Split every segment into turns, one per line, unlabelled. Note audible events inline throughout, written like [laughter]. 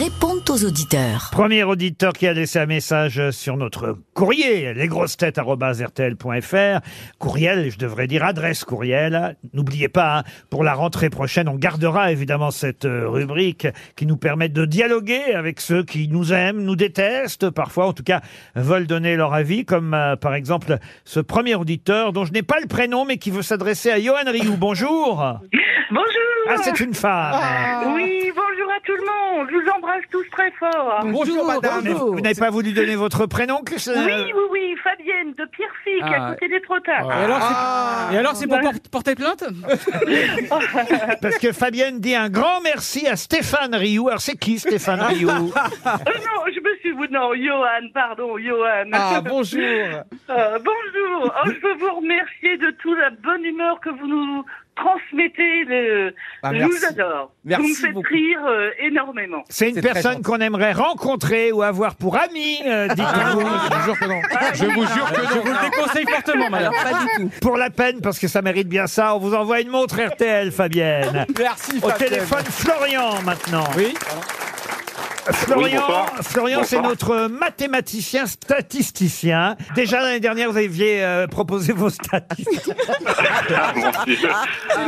répondent aux auditeurs.
Premier auditeur qui a laissé un message sur notre courrier, lesgrossetêtes.rtl.fr. Courriel, je devrais dire adresse courriel. N'oubliez pas, hein, pour la rentrée prochaine, on gardera évidemment cette euh, rubrique qui nous permet de dialoguer avec ceux qui nous aiment, nous détestent, parfois en tout cas veulent donner leur avis, comme euh, par exemple ce premier auditeur dont je n'ai pas le prénom mais qui veut s'adresser à Johan Rioux. Bonjour
Bonjour
Ah, c'est une femme
Ah. Oui, bonjour à tout le monde. Je vous embrasse tous très fort.
Ah, Bonjour, madame.
Mais Vous n'avez pas voulu donner votre prénom Christian
Oui, oui, oui, Fabienne de Pierrefitte,
Ah.
à côté des Trotards.
Et alors, c'est- et alors, c'est pour por- porter plainte
Parce que Fabienne dit un grand merci à Stéphane Rioux. Alors c'est qui Stéphane Rioux
Euh, non, je me suis... Non, Johan, pardon, Johan.
Ah,
[laughs]
bonjour
Euh, bonjour. Oh, je veux vous remercier de toute la bonne humeur que vous nous transmettez. Le...
Ah,
je
merci.
vous adore.
Merci
vous me faites
beaucoup.
rire euh, énormément.
C'est une
[laughs] C'est très
personne
gentil. Ah,
qu'on aimerait rencontrer ou avoir pour ami, euh, dites-vous.
Je vous jure que non. Je vous jure que non. Je vous le déconseille fortement, madame.
pour la peine, parce que ça mérite bien ça. On vous envoie une montre RTL,
[laughs]
Fabienne.
Merci,
Au
Fabienne.
téléphone, Florian maintenant.
Oui
Florian,
Oui, bonsoir.
Florian c'est
Bonsoir.
notre mathématicien statisticien. Déjà l'année dernière, vous aviez euh, proposé
[laughs]
vos statistiques.
Ah,
Mon Dieu.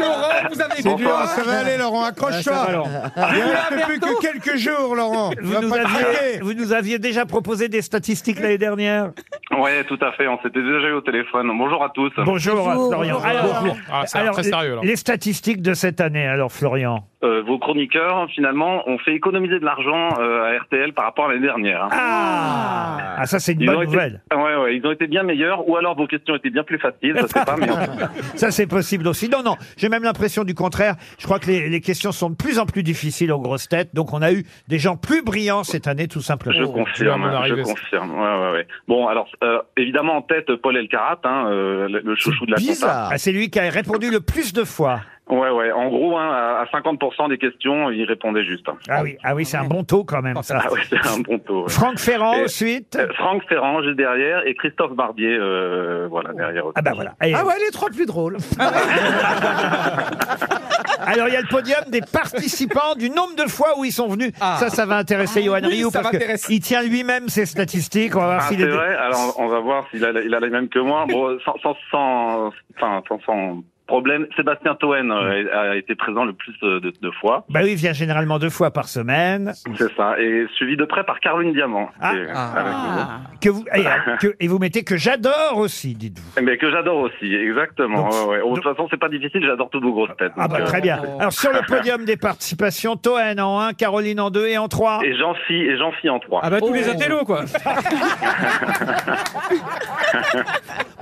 Laurent, vous avez
dur,
Bonsoir.
Ça va aller, Laurent, Ah, accroche-toi. Il ne reste plus que quelques jours, Laurent. Tu
Vous
vas
nous,
pas te
aviez,
craquer.
vous nous aviez déjà proposé des statistiques l'année dernière.
Ouais, tout à fait. On s'était déjà eu au téléphone. Bonjour à tous.
Bonjour,
Bonjour.
Florian.
Bonjour.
Alors,
Ah, c'est
alors,
très sérieux, là.
les statistiques de cette année, alors Florian.
Euh, vos chroniqueurs, finalement, ont fait économiser de l'argent euh, à RTL par rapport à l'année dernière. hein.
Ah, ça c'est une
Ils ont
bonne
été-
nouvelle.
Ah ouais, ouais, ils ont été bien meilleurs, ou alors vos questions étaient bien plus faciles, ça c'est pas, mais en tout cas,
Ça c'est possible aussi. Non, non, j'ai même l'impression du contraire. Je crois que les, les questions sont de plus en plus difficiles aux grosses têtes. Donc on a eu des gens plus brillants cette année, tout
je
simplement.
confirme,
mon
je
arrivée, ça.
confirme. Ouais, ouais, ouais. Bon, alors, euh, évidemment, en tête, Paul Elkarat, hein, euh, le- le chouchou de la compta.
Ah, c'est lui qui a répondu le plus de fois.
Ouais, ouais, en gros, hein, à- à 50% des questions, il répondait juste. hein.
Ah oui, ah oui, c'est un bon taux quand même ça.
Ah ouais, c'est un bon taux. ouais.
Franck Ferrand
Et-
ensuite.
Euh, Franck Ferrand, juste derrière, et Christophe Barbier, euh, voilà, derrière. aussi.
Ah bah voilà. Allez.
ouais, les trois plus
[laughs]
drôles.
Alors il y a le podium des participants du nombre de fois où ils sont venus.
Ah.
Ça, ça va intéresser Johan
oui,
Rioux
ça
parce
va
que
intéresser.
il tient lui-même ses statistiques. On va voir
Ah,
s'il
c'est
est-
vrai. Alors, on va voir s'il a, il a les mêmes que moi.
[laughs]
Bon, sans, sans, sans, enfin, sans, sans problème, Sébastien Toen
Mm.
euh, a été présent le plus euh, de, de fois.
Bah oui, il vient généralement deux fois par semaine.
C'est ça. Et suivi de près par Caroline Diamant.
Mm. Ah.
qui est avec nous.
Que vous, et,
Ah.
euh, que- et vous mettez que j'adore aussi, dites-vous.
Mais que j'adore aussi, exactement.
Donc,
ouais, ouais. Oh, De
donc-
toute façon, c'est pas difficile, j'adore toutes vos grosses têtes.
Ah
donc,
bah
euh,
très bien. Alors sur le podium des participations, Toen en 1, Caroline en 2 et en Oh. 3.
Et j'en suis, et j'en suis en trois.
Ah bah, tous les intellos, quoi
[laughs]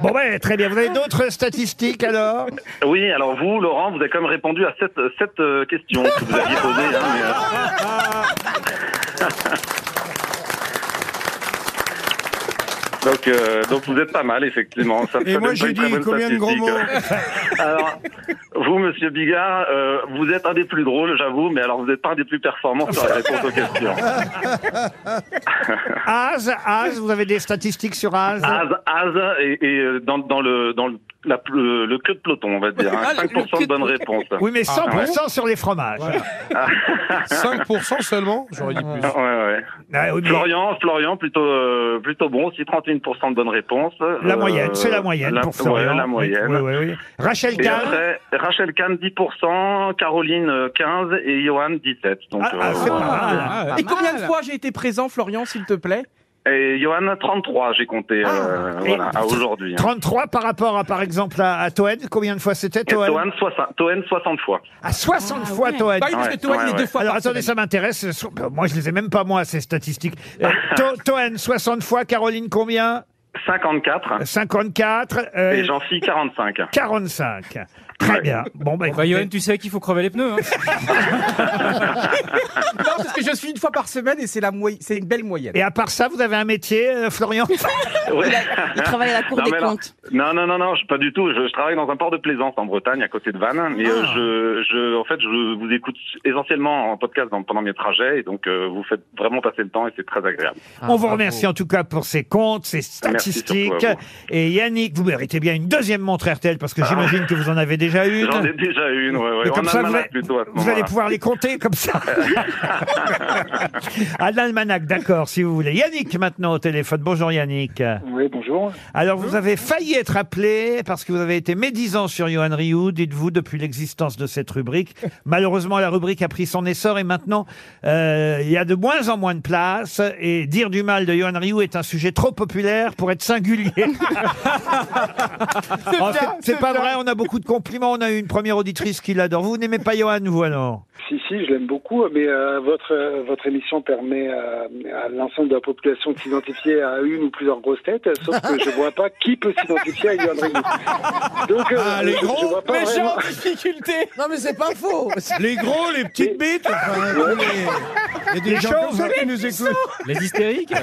Bon bah très bien. Vous avez d'autres statistiques alors
Oui, alors vous, Laurent, vous avez quand même répondu à sept, sept euh, questions que vous aviez posées. hein, mais, euh, [laughs] Donc, euh, donc vous êtes pas mal effectivement. Ça,
Et
ça
moi,
donne pas
j'ai
une très
dit
bonne
combien de gros mots
statistique. [laughs] Alors vous Monsieur Bigard, euh, vous êtes un des plus drôles, j'avoue, mais alors vous n'êtes pas un des plus performants sur la réponse
[laughs]
aux questions.
Az, Az, vous avez des statistiques sur Az
Az, Az et, et, euh, dans, dans le dans le, la, le, le queue de peloton, on va dire, hein.
Ah, le- le
5%
queue
de
de
bonnes
peloton.
réponses.
Oui, mais
Ah,
100% sur les fromages.
5% seulement J'aurais dit
Ouais, ouais.
Ah oui, mais-
Florian, Florian, plutôt, euh, plutôt bon aussi, 31% de bonnes réponses.
La
Euh,
moyenne, c'est la moyenne pour Florian.
ouais, la
Oui,
moyenne.
oui, oui, oui. Rachel
Et
Kahn.
après, Rachel Kahn 10%, Caroline euh, 15% et Johan 17%. Donc,
Ah, ah,
euh,
c'est pas mal.
Ah,
Et combien de fois j'ai été présent, Florian, s'il te plaît
Et Johan 33%, j'ai compté euh,
Ah, Et-
voilà, à aujourd'hui.
33 par rapport à, par exemple, à, à Toen. Combien de fois c'était
Et
Toen
Toen 60, Toen 60 fois.
À 60 fois Toen.
Bah oui, parce que
Ouais,
toi,
ouais,
il est
ouais.
deux fois
Alors
par
attendez,
semaine.
ça m'intéresse. Ce sont- Moi, je les ai même pas moi ces statistiques.
[laughs]
Euh, To- Toen 60 fois, Caroline combien
54
54. euh,
et j'en suis 45.
45. Très
Ouais.
bien. Bon bah,
Bah,
écoutez,
Johan, tu sais qu'il faut crever les pneus. Hein.
Non, parce que je suis une fois par semaine et c'est la moy- c'est une belle moyenne.
Et à part ça, vous avez un métier, euh,
[laughs]
Florian
Ouais.
Il travaille à la Cour
Non,
des
mais alors-
comptes.
Non, non, non, non, je- pas du tout. Je, je travaille dans un port de plaisance en Bretagne, à côté de Vannes. Mais
Ah.
euh, je, je, en fait, je vous écoute essentiellement en podcast dans- pendant mes trajets. Et donc, euh, vous faites vraiment passer le temps et c'est très agréable.
On vous remercie en tout cas pour ces comptes, ces
Ah, Merci surtout à
statistiques. Et Yannick, vous méritez bien une deuxième montre RTL parce que j'imagine que vous en avez déjà une
Ah. [laughs] J'en ai déjà une, ouais, ouais.
Mais comme
On
ça,
a
vous, allez-
plutôt à ce
vous allez
moment-là.
pouvoir les compter comme
[laughs]
ça. un almanach, d'accord, si vous voulez. Yannick, maintenant, au téléphone. Bonjour, Yannick.
Oui, bonjour.
Alors, vous avez failli être appelé parce que vous avez été médisant sur Johan Rioux, dites-vous, depuis l'existence de cette rubrique. Malheureusement, la rubrique a pris son essor et maintenant, euh, il y a de moins en moins de place. Et dire du mal de Johan Rioux est un sujet trop populaire pour être
[laughs]
singulier. Oh, c'est- C'est pas vrai, on a beaucoup de compliments. On a eu une première auditrice qui l'adore. Vous n'aimez pas Johan, vous alors
Si, si, je l'aime beaucoup, mais euh, votre, euh, votre émission permet euh, à l'ensemble de la population de s'identifier à une ou plusieurs grosses têtes, sauf que je vois pas qui peut s'identifier à Yann Ryu. Donc, euh,
Ah,
les
je- je
gros
vois pas vraiment...
difficulté
Non, mais c'est pas faux.
Les gros, les petites bites. enfin, les- Il y a des
Les
gens comme
chauves.
ça qui nous écoutent.
Les hystériques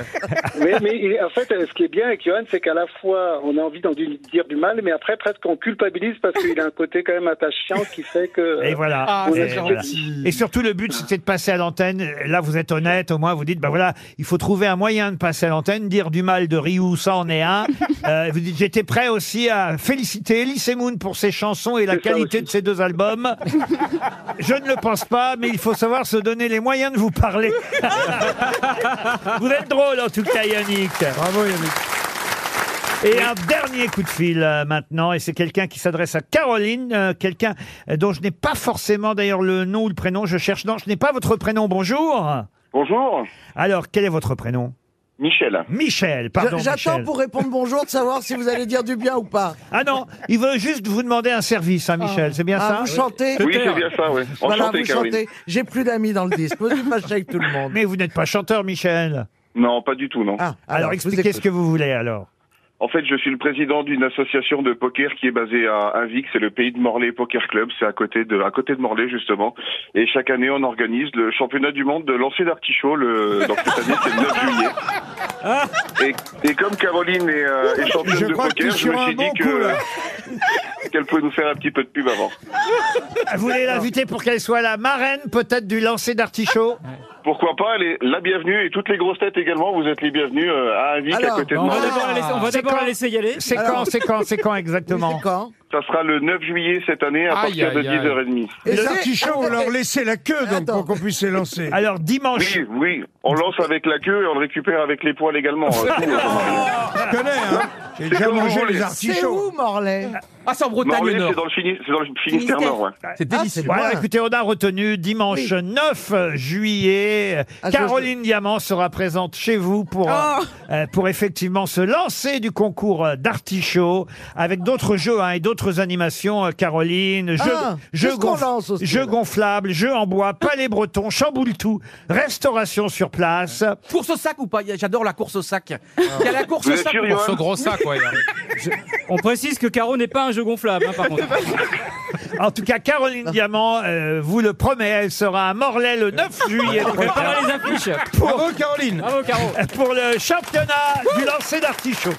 mais, mais il- en fait, euh, ce qui est bien avec Johan, c'est qu'à la fois, on a envie d'en du- dire du mal, mais après, presque, on culpabilise parce qu'il a un côté quand même attachant qui fait que... euh,
Et voilà.
on
Et
est
voilà.
gentil.
Et surtout, le but, c'était de passer à l'antenne. Là, vous êtes honnête, au moins, vous dites, bah voilà, il faut trouver un moyen de passer à l'antenne, dire du mal de Ryu, ça en est
[laughs]
un. Euh, vous dites, j'étais prêt aussi à féliciter Elise Moon pour ses chansons et la
C'est ça
qualité
aussi.
de ses deux
[laughs]
albums. Je ne le pense pas, mais il faut savoir se donner les moyens de vous
[laughs]
parler. vous êtes drôle, en tout cas, Yannick.
Bravo, Yannick.
Et un dernier coup de fil euh, maintenant, et c'est quelqu'un qui s'adresse à Caroline, euh, quelqu'un euh, dont je n'ai pas forcément d'ailleurs le nom ou le prénom, je cherche, non, je n'ai pas votre prénom, bonjour
Bonjour,
Alors, quel est votre prénom
Michel.
Michel, pardon
J'a- J'attends
Michel.
pour répondre bonjour de savoir si vous allez dire du bien ou pas.
Ah non, il veut juste vous demander un service, hein, Michel, c'est bien
Ah,
ça
vous chantez
Oui, c'est bien ça, oui.
Voilà,
Enchanté,
vous
Caroline.
chantez. J'ai plus d'amis dans le disque. Moi, je suis fâché avec tout le monde.
Mais vous n'êtes pas chanteur, Michel.
Non, pas du tout, non.
Ah,
Alors,
je vous
expliquez ce
écoute.
que vous voulez alors.
En fait, je suis le président d'une association de poker qui est basée à Invic, c'est le pays de Morlaix Poker Club, c'est à côté de à côté de Morlaix justement. Et chaque année, on organise le championnat du monde de lancer d'artichaut. Le donc cette année, c'est le 9 juillet. Et, et comme Caroline est, euh, est championne
Je
de
crois que tu
poker, je me
sur un
suis
bon
dit
coup, là.
que [laughs] qu'elle pouvait nous faire un petit peu de pub avant.
Vous voulez l'inviter pour qu'elle soit la marraine peut-être du lancer d'artichaut
Pourquoi pas Elle est la bienvenue et toutes les grosses têtes également. Vous êtes les bienvenus euh, à Invic, à
Alors,
côté de
On va
Morlaix.
d'abord la laisser- on va
Ah. C'est
d'abord
quand
la laisser y aller.
C'est quand,
Alors-
c'est quand, c'est quand
Oui,
exactement
c'est quand
Ça sera le 9 juillet cette année à
Aïe,
partir de
aïe, aïe.
10h30.
Et
Les
c'est-
artichauts, on leur laissait la queue donc,
Attends.
pour qu'on puisse les lancer.
Alors, dimanche,
Oui, oui, on lance avec la queue et on le récupère avec les poils également. Euh, tout, euh,
Je connais, hein. J'ai déjà
comme
mangé les
vous voulez.
[laughs] C'est
artichauts.
où, Morlaix
Ah, c'est en Bretagne
Morlaix,
Nord.
c'est dans le, Fini- c'est dans le Finistère Nord. Ouais.
C'est délicieux.
Ah,
Voilà,
Ouais.
écoutez, on a retenu dimanche 9 juillet.
Ah, je-
Caroline Diamant sera présente chez vous
Oh.
pour, euh, euh, pour effectivement se lancer du concours euh, d'artichaut avec d'autres jeux hein, et d'autres animations. euh, Caroline, jeux,
Ah,
jeux
qu'est-ce qu'on
gonf-
lance au style
jeux gonflables, jeux en bois, palais breton, chamboule tout, restauration sur place.
Course au sac ou pas Il y a- J'adore la course au sac. Il y a la course au
Vous êtes hein?
sac.
sûr, Johan
On précise que Caro n'est pas un jeu gonflable, hein, par contre.
En tout cas, Caroline Diamant euh, vous le promet, elle sera à Morlaix le 9 juillet prochain.
Préparez les affiches.
Bravo, Caroline.
Bravo, Caro.
pour le championnat du lancer d'artichaut.